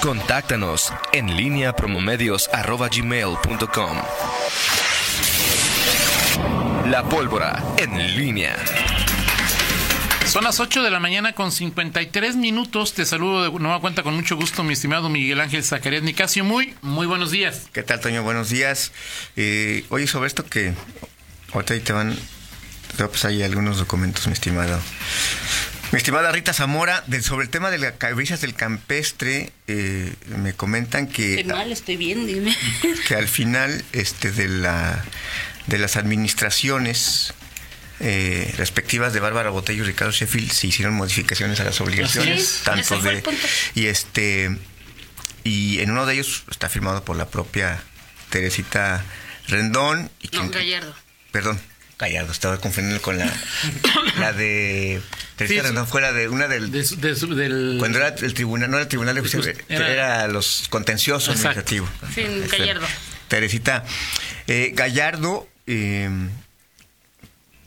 Contáctanos en línea promomedios.com. La pólvora en línea. Son las 8 de la mañana con 53 minutos. Te saludo de nueva cuenta con mucho gusto, mi estimado Miguel Ángel Zacarías Nicasio. Muy, muy buenos días. ¿Qué tal, Toño? Buenos días. Eh, oye, sobre esto que ahorita ahí te van... Pues hay algunos documentos, mi estimado. Mi estimada Rita Zamora, del, sobre el tema de las cabezas del campestre, eh, me comentan que... Estoy mal, estoy bien, dime. Que al final este, de, la, de las administraciones eh, respectivas de Bárbara Botello y Ricardo Sheffield se hicieron modificaciones a las obligaciones, Sí, tanto ese fue el de... punto. Y, este, y en uno de ellos está firmado por la propia Teresita Rendón. Y No, quien- Gallardo. Perdón, Gallardo, estaba confundiendo con la, la de Sí, Teresa sí. Rendón, fuera de una del. De su- de su- del, cuando era el tribunal, no era el tribunal de justicia, Pues, Era- era, los contenciosos Exacto. administrativos. Sí, en Este, Gallardo. Teresita. eh, Gallardo, eh,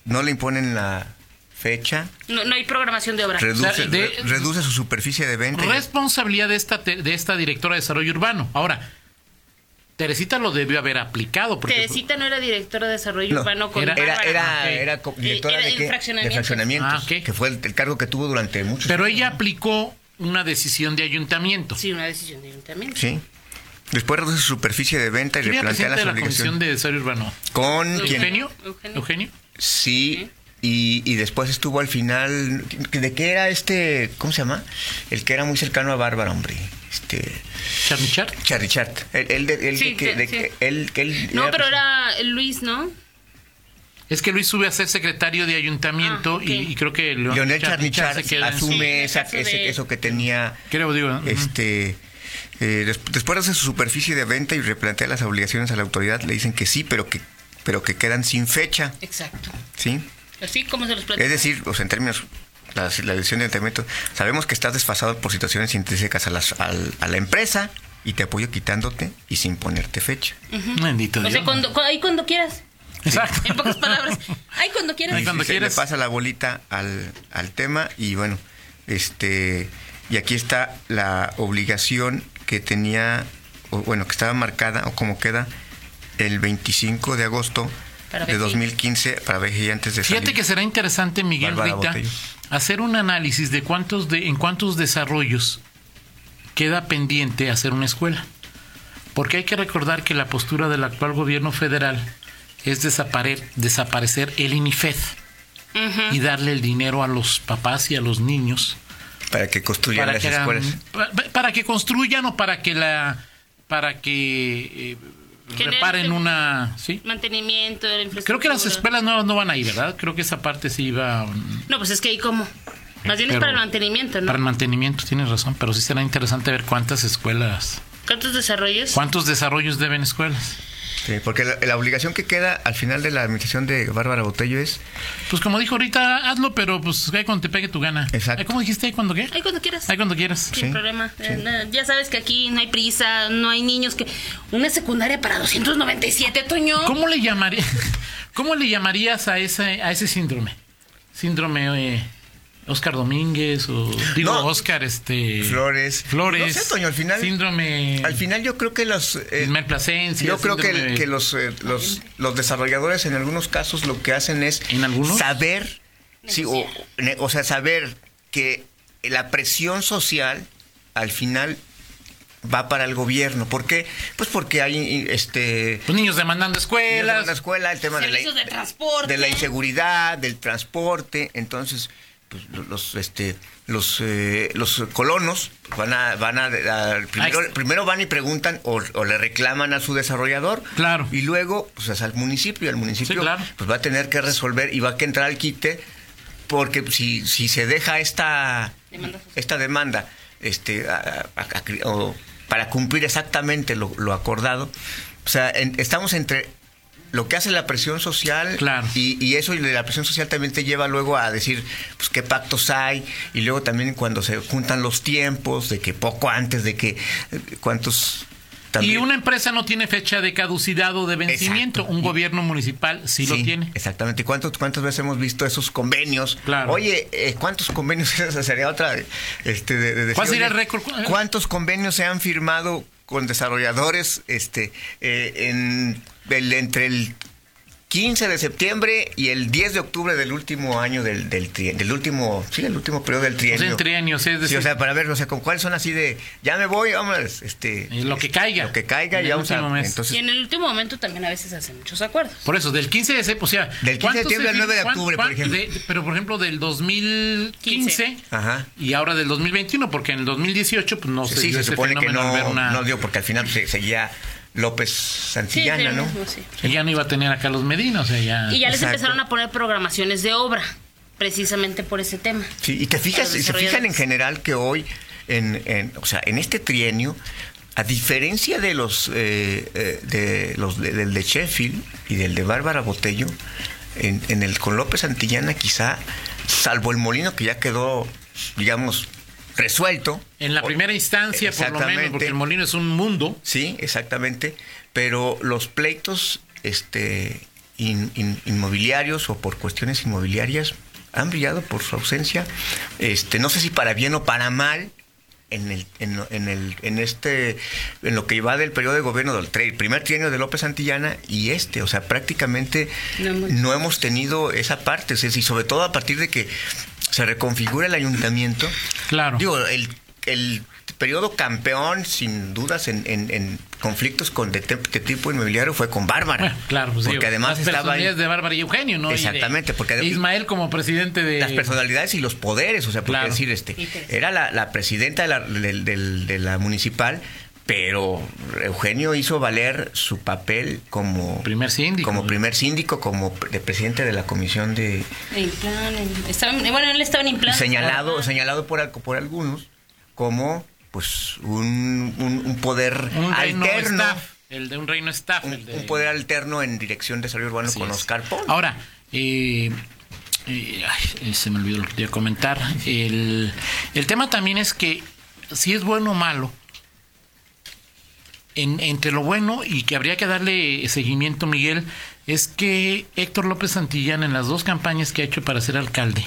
no le imponen la fecha, No, no hay programación de obra. reduce, O sea, de- re- reduce su superficie de venta. y- responsabilidad de esta, te- de esta directora de desarrollo urbano. Ahora, Teresita lo debió haber aplicado. Porque, Teresita no era directora de desarrollo No, urbano con era- Era, Bárbara. era, Ok. era co- directora Eh, era de, el qué? De fraccionamiento. fraccionamientos, Ah, ok. que fue el, el cargo que tuvo durante muchos Pero ella aplicó una decisión de ayuntamiento. Sí, una decisión de ayuntamiento. Sí. Después reduce su superficie de venta y ¿Quién era replantea presidente las de la Comisión obligaciones. de Desarrollo Urbano? Con ¿Quién? ¿Eugenio? Eugenio. ¿Eugenio? Sí. Y, y después estuvo al final. ¿De qué era este? ¿Cómo se llama? El que era muy cercano a Bárbara, hombre. Este. ¿Charmichar? Charichard. El, el de, el Sí, de que. sí, de sí. que- él- que él No, pues, era- pues, pero era Luis, ¿no? Es que Luis sube a ser secretario de ayuntamiento Ah, ok. y, y creo que Leon- Leonel Charnichar Charnichard se queda en su- Sí, en asume el esa- caso ese- de- eso que tenía. Creo, digo. ujú. Este. eh, des- después hace su superficie de venta y replantea las obligaciones a la autoridad. Le dicen que sí, pero que, pero que quedan sin fecha. Exacto. ¿Sí? Así como se los platicó. Es decir, o sea, en términos, la, la decisión de ayuntamiento, sabemos que estás desfasado por situaciones intrínsecas a, las- al- a la empresa y te apoyo quitándote y sin ponerte fecha. Bendito O Dios. sea, cuando, cu- ahí cuando quieras. Exacto. En pocas palabras. Ahí cuando quieras. Ahí cuando Se quieras. Le pasa la bolita al, al tema y bueno, este, y aquí está la obligación que tenía, o bueno, que estaba marcada o como queda el 25 de agosto Para de Beji. 2015 para Beji antes de Fíjate salir. que será interesante, Miguel Bárbara Rita, Botello. hacer un análisis de cuántos de, en cuántos desarrollos queda pendiente hacer una escuela. Porque hay que recordar que la postura del actual gobierno federal es desaparecer, desaparecer el INIFED y darle el dinero a los papás y a los niños para que construyan para las que, hagan- escuelas. pa- pa- para que construyan o para que la para que eh, Generen- reparen una sí Mantenimiento de la creo infraestructura. que las escuelas nuevas no van ahí verdad creo que esa parte sí iba No, pues es que ahí como. Más bien es Pero- para el mantenimiento, ¿no? para el mantenimiento tienes razón pero sí será interesante ver cuántas escuelas ¿Cuántos desarrollos? cuántos desarrollos deben escuelas Sí, porque la, la obligación que queda al final de la administración de Bárbara Botello es pues como dijo ahorita hazlo pero pues ahí cuando te pegue tu gana Exacto. Ahí, cómo dijiste ahí cuando qué Ahí cuando quieras. ahí cuando quieras Sin Sí, problema. sí. Eh, no, ya sabes que aquí no hay prisa, no hay niños que... Una secundaria para 297, Toño. cómo le llamaría cómo le llamarías a ese a ese síndrome síndrome eh, Oscar Domínguez o digo No. Oscar este Flores. Flores No sé, Toño, al final- síndrome Al final yo creo que los... eh, Ismael Plasencia, yo creo que, síndrome- que los, eh, los, los desarrolladores en algunos casos lo que hacen es ¿En algunos? saber, sí, o, ne- o sea, saber que la presión social al final va para el gobierno. ¿Por qué? Pues porque hay este... Los niños demandando escuelas la escuela, el tema de la, Servicios de transporte. de la inseguridad, del transporte, entonces pues, los este los eh, los colonos van a van a, a- primero, Ahí está. primero van y preguntan o, o le reclaman a su desarrollador Claro. y luego pues al municipio, y el municipio Sí, claro. pues va a tener que resolver y va a que entrar al quite porque si si se deja esta Demanda social. esta demanda este a- a- a- o para cumplir exactamente lo, lo acordado. O sea, en- estamos entre lo que hace la presión social Claro. y, y eso y la presión social también te lleva luego a decir pues qué pactos hay y luego también cuando se juntan los tiempos de que poco antes de que eh, cuántos Y una empresa no tiene fecha de caducidad o de vencimiento. Exacto. Un Y- gobierno municipal sí, lo tiene. Exactamente. ¿Y cuántos, cuántas veces hemos visto esos convenios? Claro. Oye, eh, ¿cuántos convenios? Esa sería otra. Este, de, de decir, ¿Cuál sería oye, el récord? ¿Cuántos convenios se han firmado con desarrolladores este, eh, en el- entre el 15 de septiembre y el 10 de octubre del último año del, del, tri- del último, sí, del último periodo del O sea, trienio? en trienios, es Sí, decir, o sea, para ver, o sea, con cuáles son así de, ya me voy, vámonos, este... Y lo que caiga. Lo que caiga, En y el vamos a... último mes. Entonces, Y en el último momento también a veces hacen muchos acuerdos. por eso, del 15 de septiembre, o sea, Del 15 de ¿cuántos septiembre al se 9 de firman? octubre, por ¿Cuán- ejemplo. de- pero por ejemplo, del 2015 Ajá. y ahora del 2021, porque en el 2018 pues, no Sí, se sí, dio se ese supone que fenómeno al ver no, una- no dio, porque al final se- seguía López Santillana, sí, ¿no? mismo, sí. que ya no iba a tener a Carlos Medina, o sea, ya. Y ya les Exacto. empezaron a poner programaciones de obra, precisamente por ese tema. Sí, y te fijas, Para y se fijan en desarrolladores. general que hoy, en, en- o sea, en este trienio, a diferencia de los, eh, eh, de los de- del de Sheffield y del de Bárbara Botello, en, en el con López Santillana quizá, salvo el molino que ya quedó, digamos, resuelto. En la o- primera instancia, por lo menos, Exactamente. porque el molino es un mundo. Sí, exactamente. Pero los pleitos este, in- in- inmobiliarios o por cuestiones inmobiliarias han brillado por su ausencia. Este, no sé si para bien o para mal. En, el, en, lo- en el, en este en lo que va del periodo de gobierno del tre- primer trienio de López Santillana y este o sea prácticamente No hemos- no hemos tenido esa parte o sea, y sobre todo a partir de que se reconfigura el ayuntamiento Claro. Digo, el, el periodo campeón, sin dudas, en, en- en conflictos con de, te- de tipo inmobiliario fue con Bárbara. Bueno, claro, pues porque digo, además las estaba ahí personalidades de Bárbara y Eugenio, ¿no? Y de Exactamente, porque de- Ismael como presidente de las personalidades y los poderes, o sea, porque Claro. decir, este, Y tres. era la, la presidenta de la, del- del- de la municipal, pero Eugenio hizo valer su papel como Primer síndico. como primer síndico, como pre- de presidente de la comisión de En plan, en- estaban- bueno, él estaba en plan. señalado, señalado por, al- por algunos como pues un, un- un poder un reino alterno. staff, el de un reino staff, el un, de- un poder alterno en dirección de desarrollo urbano Así con es. Oscar Pons. Ahora, eh, eh, ay, eh, se me olvidó lo que quería comentar. El, el tema también es que si es bueno o malo, en- entre lo bueno y que habría que darle seguimiento, Miguel, es que Héctor López Santillán en las dos campañas que ha hecho para ser alcalde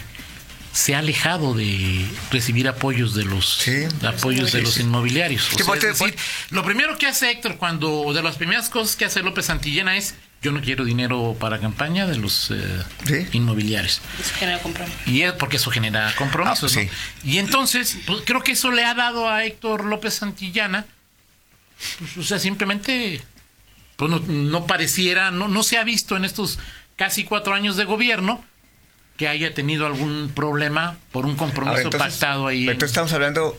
se ha alejado de recibir apoyos de los Sí. apoyos de Sí, los sí. inmobiliarios. O Sí, sea, porque- es decir, lo primero que hace Héctor cuando de las primeras cosas que hace López Santillana es yo no quiero dinero para campaña de los eh, Sí. inmobiliarios. Eso que no lo compramos. Y es porque eso genera compromisos. Ah, sí. ¿no? Y entonces, pues, creo que eso le ha dado a Héctor López Santillana, pues, o sea, simplemente, pues no, no pareciera, no, no se ha visto en estos casi cuatro años de gobierno que haya tenido algún problema por un compromiso Ahora, entonces, pactado ahí. en- Entonces estamos hablando,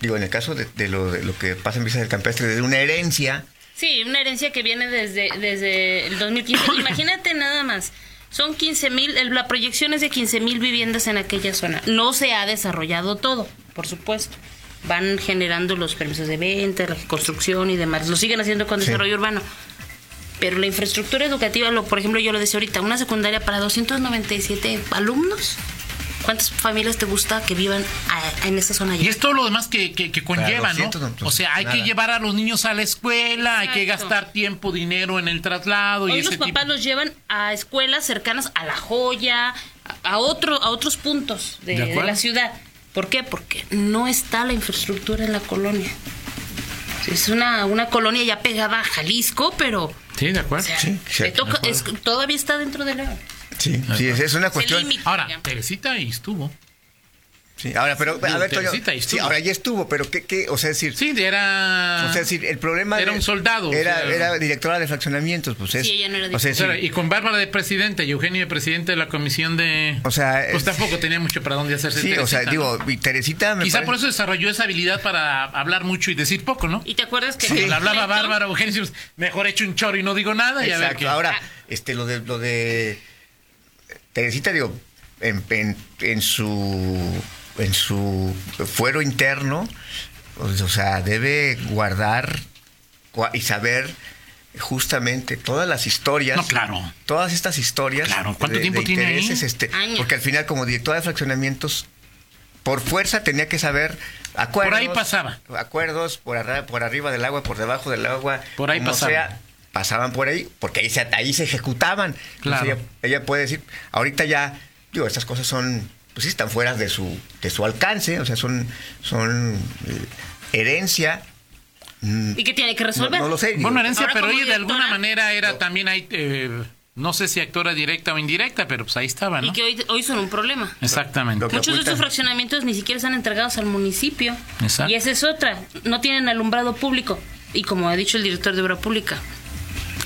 digo, en el caso de, de lo, de lo que pasa en Visas del Campestre, de una herencia. Sí, una herencia que viene desde, desde el 2015. Imagínate nada más. Son 15 mil, la proyección es de 15 mil viviendas en aquella zona. No se ha desarrollado todo, por supuesto. Van generando los permisos de venta, la construcción y demás. Lo siguen haciendo con Sí. desarrollo urbano. Pero la infraestructura educativa, lo, por ejemplo, yo lo decía ahorita, una secundaria para 297 alumnos. ¿Cuántas familias te gusta que vivan a- en esa zona? Y allá? es todo lo demás que, que- que conlleva, Claro, siento, ¿no? doctor, O sea, hay que nada. llevar a los niños a la escuela, hay que Exacto. gastar tiempo, dinero en el traslado y Hoy ese los tipo. papás los llevan a escuelas cercanas a La Joya, a, a otro, a otros puntos de, De acuerdo. de la ciudad. ¿Por qué? Porque no está la infraestructura en la colonia. Es una, una colonia ya pegada a Jalisco, pero Sí, de o acuerdo. sea, Sí, sí, te toca- de es- todavía está dentro de la Sí, sí es, es una cuestión. límite. Ahora, Teresita y estuvo. Sí, ahora, pero, a Digo, ver, Toño, Teresita, ahí sí, estuvo. ahora ya estuvo, pero ¿qué, qué? O sea, es decir. Sí, era. O sea, es decir, el problema Era de- un soldado, o Era, sea- era directora de fraccionamientos, pues es. Sí, ella no era o sea, O sea, sí, y con Bárbara de presidente y Eugenio de presidente de la comisión de. O sea, Pues es- tampoco tenía mucho para dónde hacerse. sí, o sea, Teresita, digo, y Teresita ¿no? me Quizá parece- por eso desarrolló esa habilidad para hablar mucho y decir poco, ¿no? ¿Y te acuerdas que Cuando en le el hablaba momento- Bárbara Eugenio, decíamos, mejor hecho un choro y no digo nada. Y a ver Exacto. qué. Ahora, Ah. este, lo de, lo de Teresita, digo, en, en- en su en su fuero interno, o o sea, debe guardar gua- y saber justamente todas las historias. No, claro. Todas estas historias. Claro. ¿Cuánto tiempo tiene ahí? intereses, este, Años. Porque al final, como directora de fraccionamientos, por fuerza tenía que saber acuerdos. Por ahí pasaba. Acuerdos por, arra- por arriba del agua, por debajo del agua. Por ahí como pasaban. sea, pasaban por ahí, porque ahí se, ahí se ejecutaban. Claro. Entonces Ella, ella puede decir, ahorita ya, digo, estas cosas son, pues sí, están fuera de su, de su alcance, o sea, son, son eh, herencia. Mm, ¿Y qué tiene que No, resolver? no lo sé. digo. Bueno, herencia, Ahora pero como ella de directora- alguna manera era también ahí, eh, no sé si actora directa o indirecta, pero pues ahí estaba, Y ¿no? que hoy, hoy son un problema. Exactamente. Lo que- Muchos de ocultan. estos fraccionamientos ni siquiera están entregados al municipio. Exacto. Y esa es otra. No tienen alumbrado público. Y como ha dicho el director de obra pública,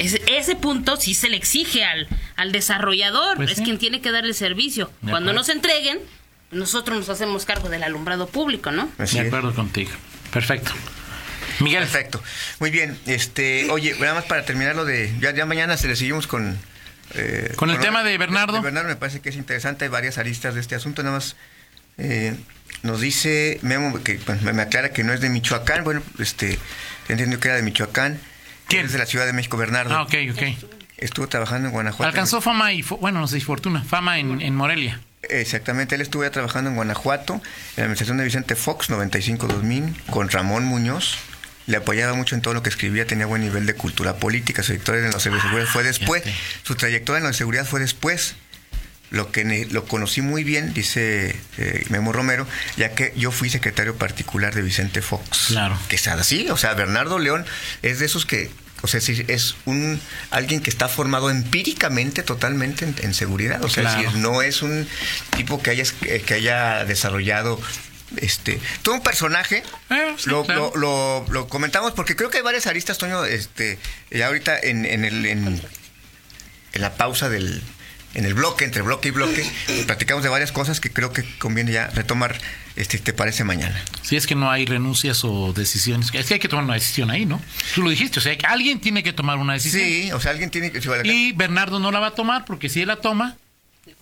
ese, ese punto sí se le exige al, al desarrollador. Pues es sí. quien tiene que dar el servicio. De Cuando acuerdo. nos entreguen, nosotros nos hacemos cargo del alumbrado público, ¿no? Así De es. acuerdo contigo. Perfecto. Miguel, Perfecto. Muy bien. Este, oye, nada más para terminar lo de. Ya, ya mañana se le seguimos con. eh, Con el tema de Bernardo. de Bernardo me parece que es interesante. Hay varias aristas de este asunto. Nada más eh, nos dice Memo, que bueno, me me aclara que no es de Michoacán. Bueno, este, entiendo que era de Michoacán. ¿Quién? Es de la Ciudad de México, Bernardo. ah, ok, ok. Estuvo trabajando en Guanajuato. Alcanzó fama y, fu- bueno, no sé si fortuna, fama en, en Morelia. Exactamente, él estuvo ya trabajando en Guanajuato, en la administración de Vicente Fox, 95-2000, con Ramón Muñoz. Le apoyaba mucho en todo lo que escribía, tenía buen nivel de cultura política, su trayectoria en los servicios de seguridad fue después, Ah, fíjate. su trayectoria en la seguridad fue después. Lo que ne- lo conocí muy bien, dice eh, Memo Romero, ya que yo fui secretario particular de Vicente Fox. Claro. Que es así, o sea, Bernardo León es de esos que, o sea, sí, es un alguien que está formado empíricamente totalmente en, en seguridad, o sea, sí Claro. es- no es un tipo que haya, que haya desarrollado este todo un personaje Eh, sí, lo, claro. lo- lo- lo comentamos porque creo que hay varias aristas Toño este ya ahorita en, en el en, en la pausa del en el bloque entre bloque y bloque platicamos de varias cosas que creo que conviene ya retomar este te parece mañana Si es que no hay renuncias o decisiones. Es que hay que tomar una decisión ahí, ¿no? Tú lo dijiste, o sea, que alguien tiene que tomar una decisión. sí o sea alguien tiene que Y Bernardo no la va a tomar porque si él la toma,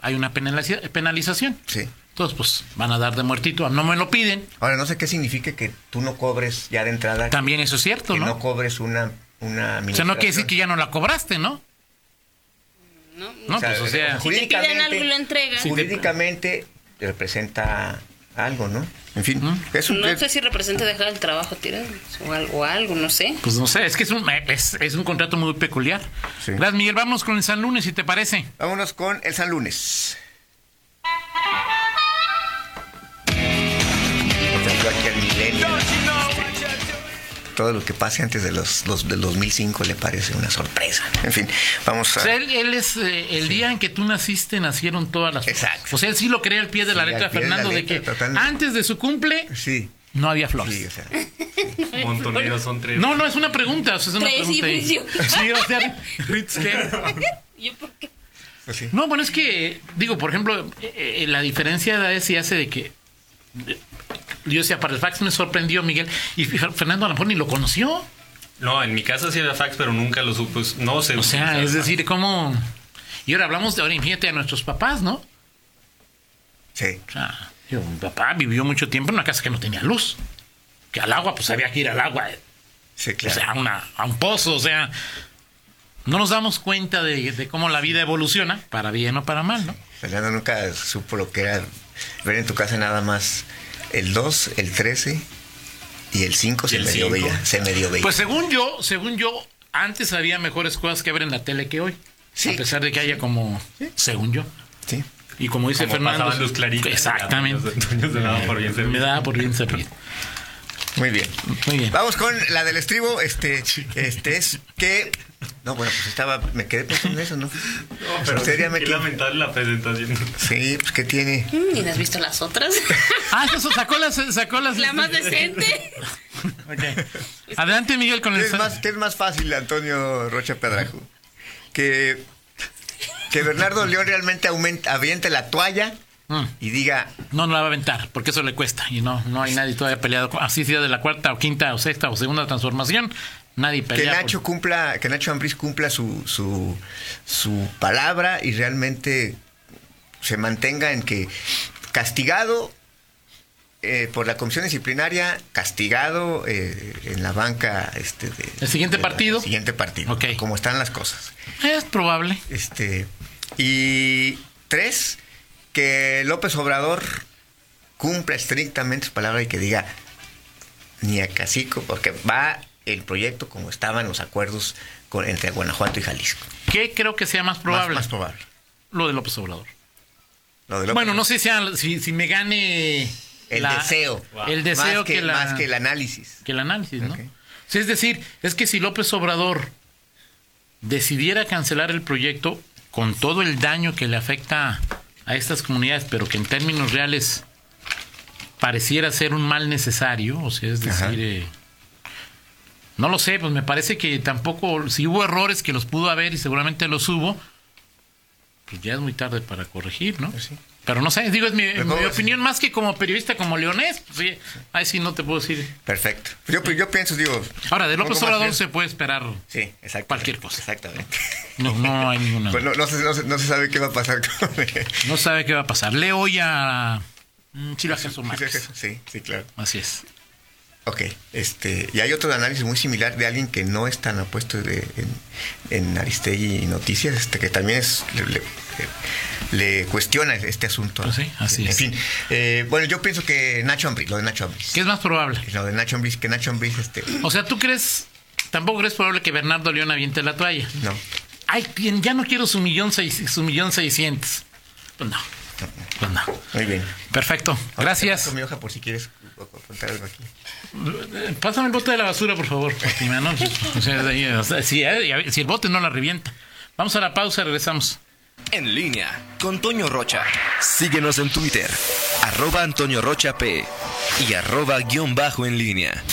hay una penaliza- penalización. sí Entonces, pues van a dar de muertito. No me lo piden. ahora no sé qué significa que tú no cobres ya de entrada También eso es cierto, que ¿no? no cobres una una o sea, no quiere decir que ya no la cobraste, ¿no? No, No, pues, o sea, eh, Si te piden jurídicamente- algo y lo entregas. Si te- Jurídicamente representa algo, ¿no? En fin, es un. No es- sé si representa dejar el trabajo tirado o algo, o algo, no sé. pues no sé, es que es un, es, es un contrato muy peculiar. Sí. Gracias, Miguel. Vamos con el San Lunes, si te parece. Vámonos con el San Lunes. Yo aquí al milenio. este, Todo lo que pase antes de los, los- del 2005 le parece una sorpresa. En fin, vamos a. O sea, él, él es eh, el día en que tú naciste, nacieron todas las cosas. Exacto. O sea, él sí lo creía al pie de la Sí, letra, al pie de la Fernando, de, letra, que totalmente. antes de su cumple Sí, no había flores. sí, o sea. Montoneros son tres. No, no, es una pregunta. O sea, es una Tres y pregunta. ahí. Bricio. Sí, o sea, Ritz, ¿qué? Yo por qué. pues sí. No, bueno, es que, eh, digo, por ejemplo, eh, eh, la diferencia de edades sí hace de que. eh, Yo decía, para el fax me sorprendió Miguel. Y Fer- Fernando a lo mejor ni lo conoció. No, en mi casa sí había fax, pero nunca lo supe. No sé. O sea, es decir, ¿cómo.? Y ahora hablamos de ahora, imagínate a nuestros papás, ¿no? Sí. O sea, digo, mi papá vivió mucho tiempo en una casa que no tenía luz. Que al agua, pues había que ir al agua. eh, Sí, O claro. sea, a, una, a un pozo. O sea, no nos damos cuenta de, de cómo la vida evoluciona, para bien o para mal, ¿no? Fernando nunca supo lo que era ver en tu casa nada más el 2, el 13 y el 5 Y se el medio cinco. veía. Se medio veía. Pues según yo, según yo, antes había mejores cosas que ver en la tele que hoy. Sí. A pesar de que haya como, según yo. sí. Y como dice Como Fernando. pasaban luz clarita. Exactamente. Los dueños de nada por bien Me servido. da por bien servido. Muy bien. Muy bien. Vamos con la del estribo. Este, este es que. No, bueno, pues estaba. Me quedé pensando en eso, ¿no? No, pero Seriamente. qué lamentable la presentación. Sí, pues ¿qué tiene? Mm, ¿Y no has visto las otras? Ah, eso sacó las. Sacó las La más decente. Ok. Adelante, Miguel, con ¿Qué Pues, el. es más, qué es más fácil, Antonio Rocha Pedrajo? Que, que Bernardo León realmente aumenta, aviente la toalla Mm. y diga, No, no la va a aventar, porque eso le cuesta. Y no, no hay nadie todavía peleado. con- Así sea de la cuarta o quinta o sexta o segunda transformación, nadie que pelea. Nacho cumpla, que Nacho Ambriz cumpla su, su, su palabra y realmente se mantenga en que castigado eh, por la comisión disciplinaria, castigado eh, en la banca, este, de- ¿El siguiente de la- partido? el siguiente partido, Ok. como están las cosas. Es probable. Este, y tres, que López Obrador cumpla estrictamente su palabra y que diga ni a Cacico, porque va el proyecto como estaban los acuerdos con- entre Guanajuato y Jalisco. Más- ¿Qué creo que sea más probable? Más, probable. Lo de López Obrador. Lo de López Bueno, no sé Obrador. sea- si, si me gane El la- deseo. El deseo más que, que, la- más que el análisis. que el análisis, ¿no? Ok. Sí, es decir, es que si López Obrador decidiera cancelar el proyecto con todo el daño que le afecta a estas comunidades, pero que en términos reales pareciera ser un mal necesario, o sea, es Ajá. decir, eh, no lo sé, pues me parece que tampoco, si hubo errores que los pudo haber y seguramente los hubo, pues ya es muy tarde para corregir, ¿no? Pues sí. Pero no sé, digo, es mi, Pero mi no, es- opinión más que como periodista, como leonés, pues, sí, ahí sí no te puedo decir. Perfecto. Yo, yo pienso, digo. Ahora, de un López poco más Obrador bien. se puede esperar. Sí, exactamente. Cualquier cosa. Ah. Exactamente. No, no hay ninguna. Pues no, no se, no se- no se sabe qué va a pasar con No sabe qué va a pasar. Le hoy a mm, Chilo Agenso Márquez. Sí, sí, claro. Así es. Ok, este, y hay otro análisis muy similar de alguien que no es tan apuesto de- en, en Aristegui y Noticias, este, que también es, le, le- le cuestiona este asunto. Pues sí, así en es. fin, eh, bueno, yo pienso que Nacho Ambriz, lo de Nacho Ambriz. ¿Qué es más probable? Lo de Nacho Ambriz, que Nacho Ambriz, este, O sea, ¿tú crees? Tampoco crees probable que Bernardo León aviente la toalla. no, Ay, bien, ya no quiero su millón, seis, su millón seiscientos. Pues no. Pues no. muy bien. Perfecto. Ahora te Gracias. paso mi hoja por si quieres contar algo aquí. Eh, Pásame el bote de la basura, por favor, Fátima, ¿no? O sea, de ahí, o sea, si, eh, si el bote no la revienta. Vamos a la pausa, regresamos. En línea con Toño Rocha. Síguenos en Twitter, arroba Antonio Rocha P y arroba guión bajo en línea.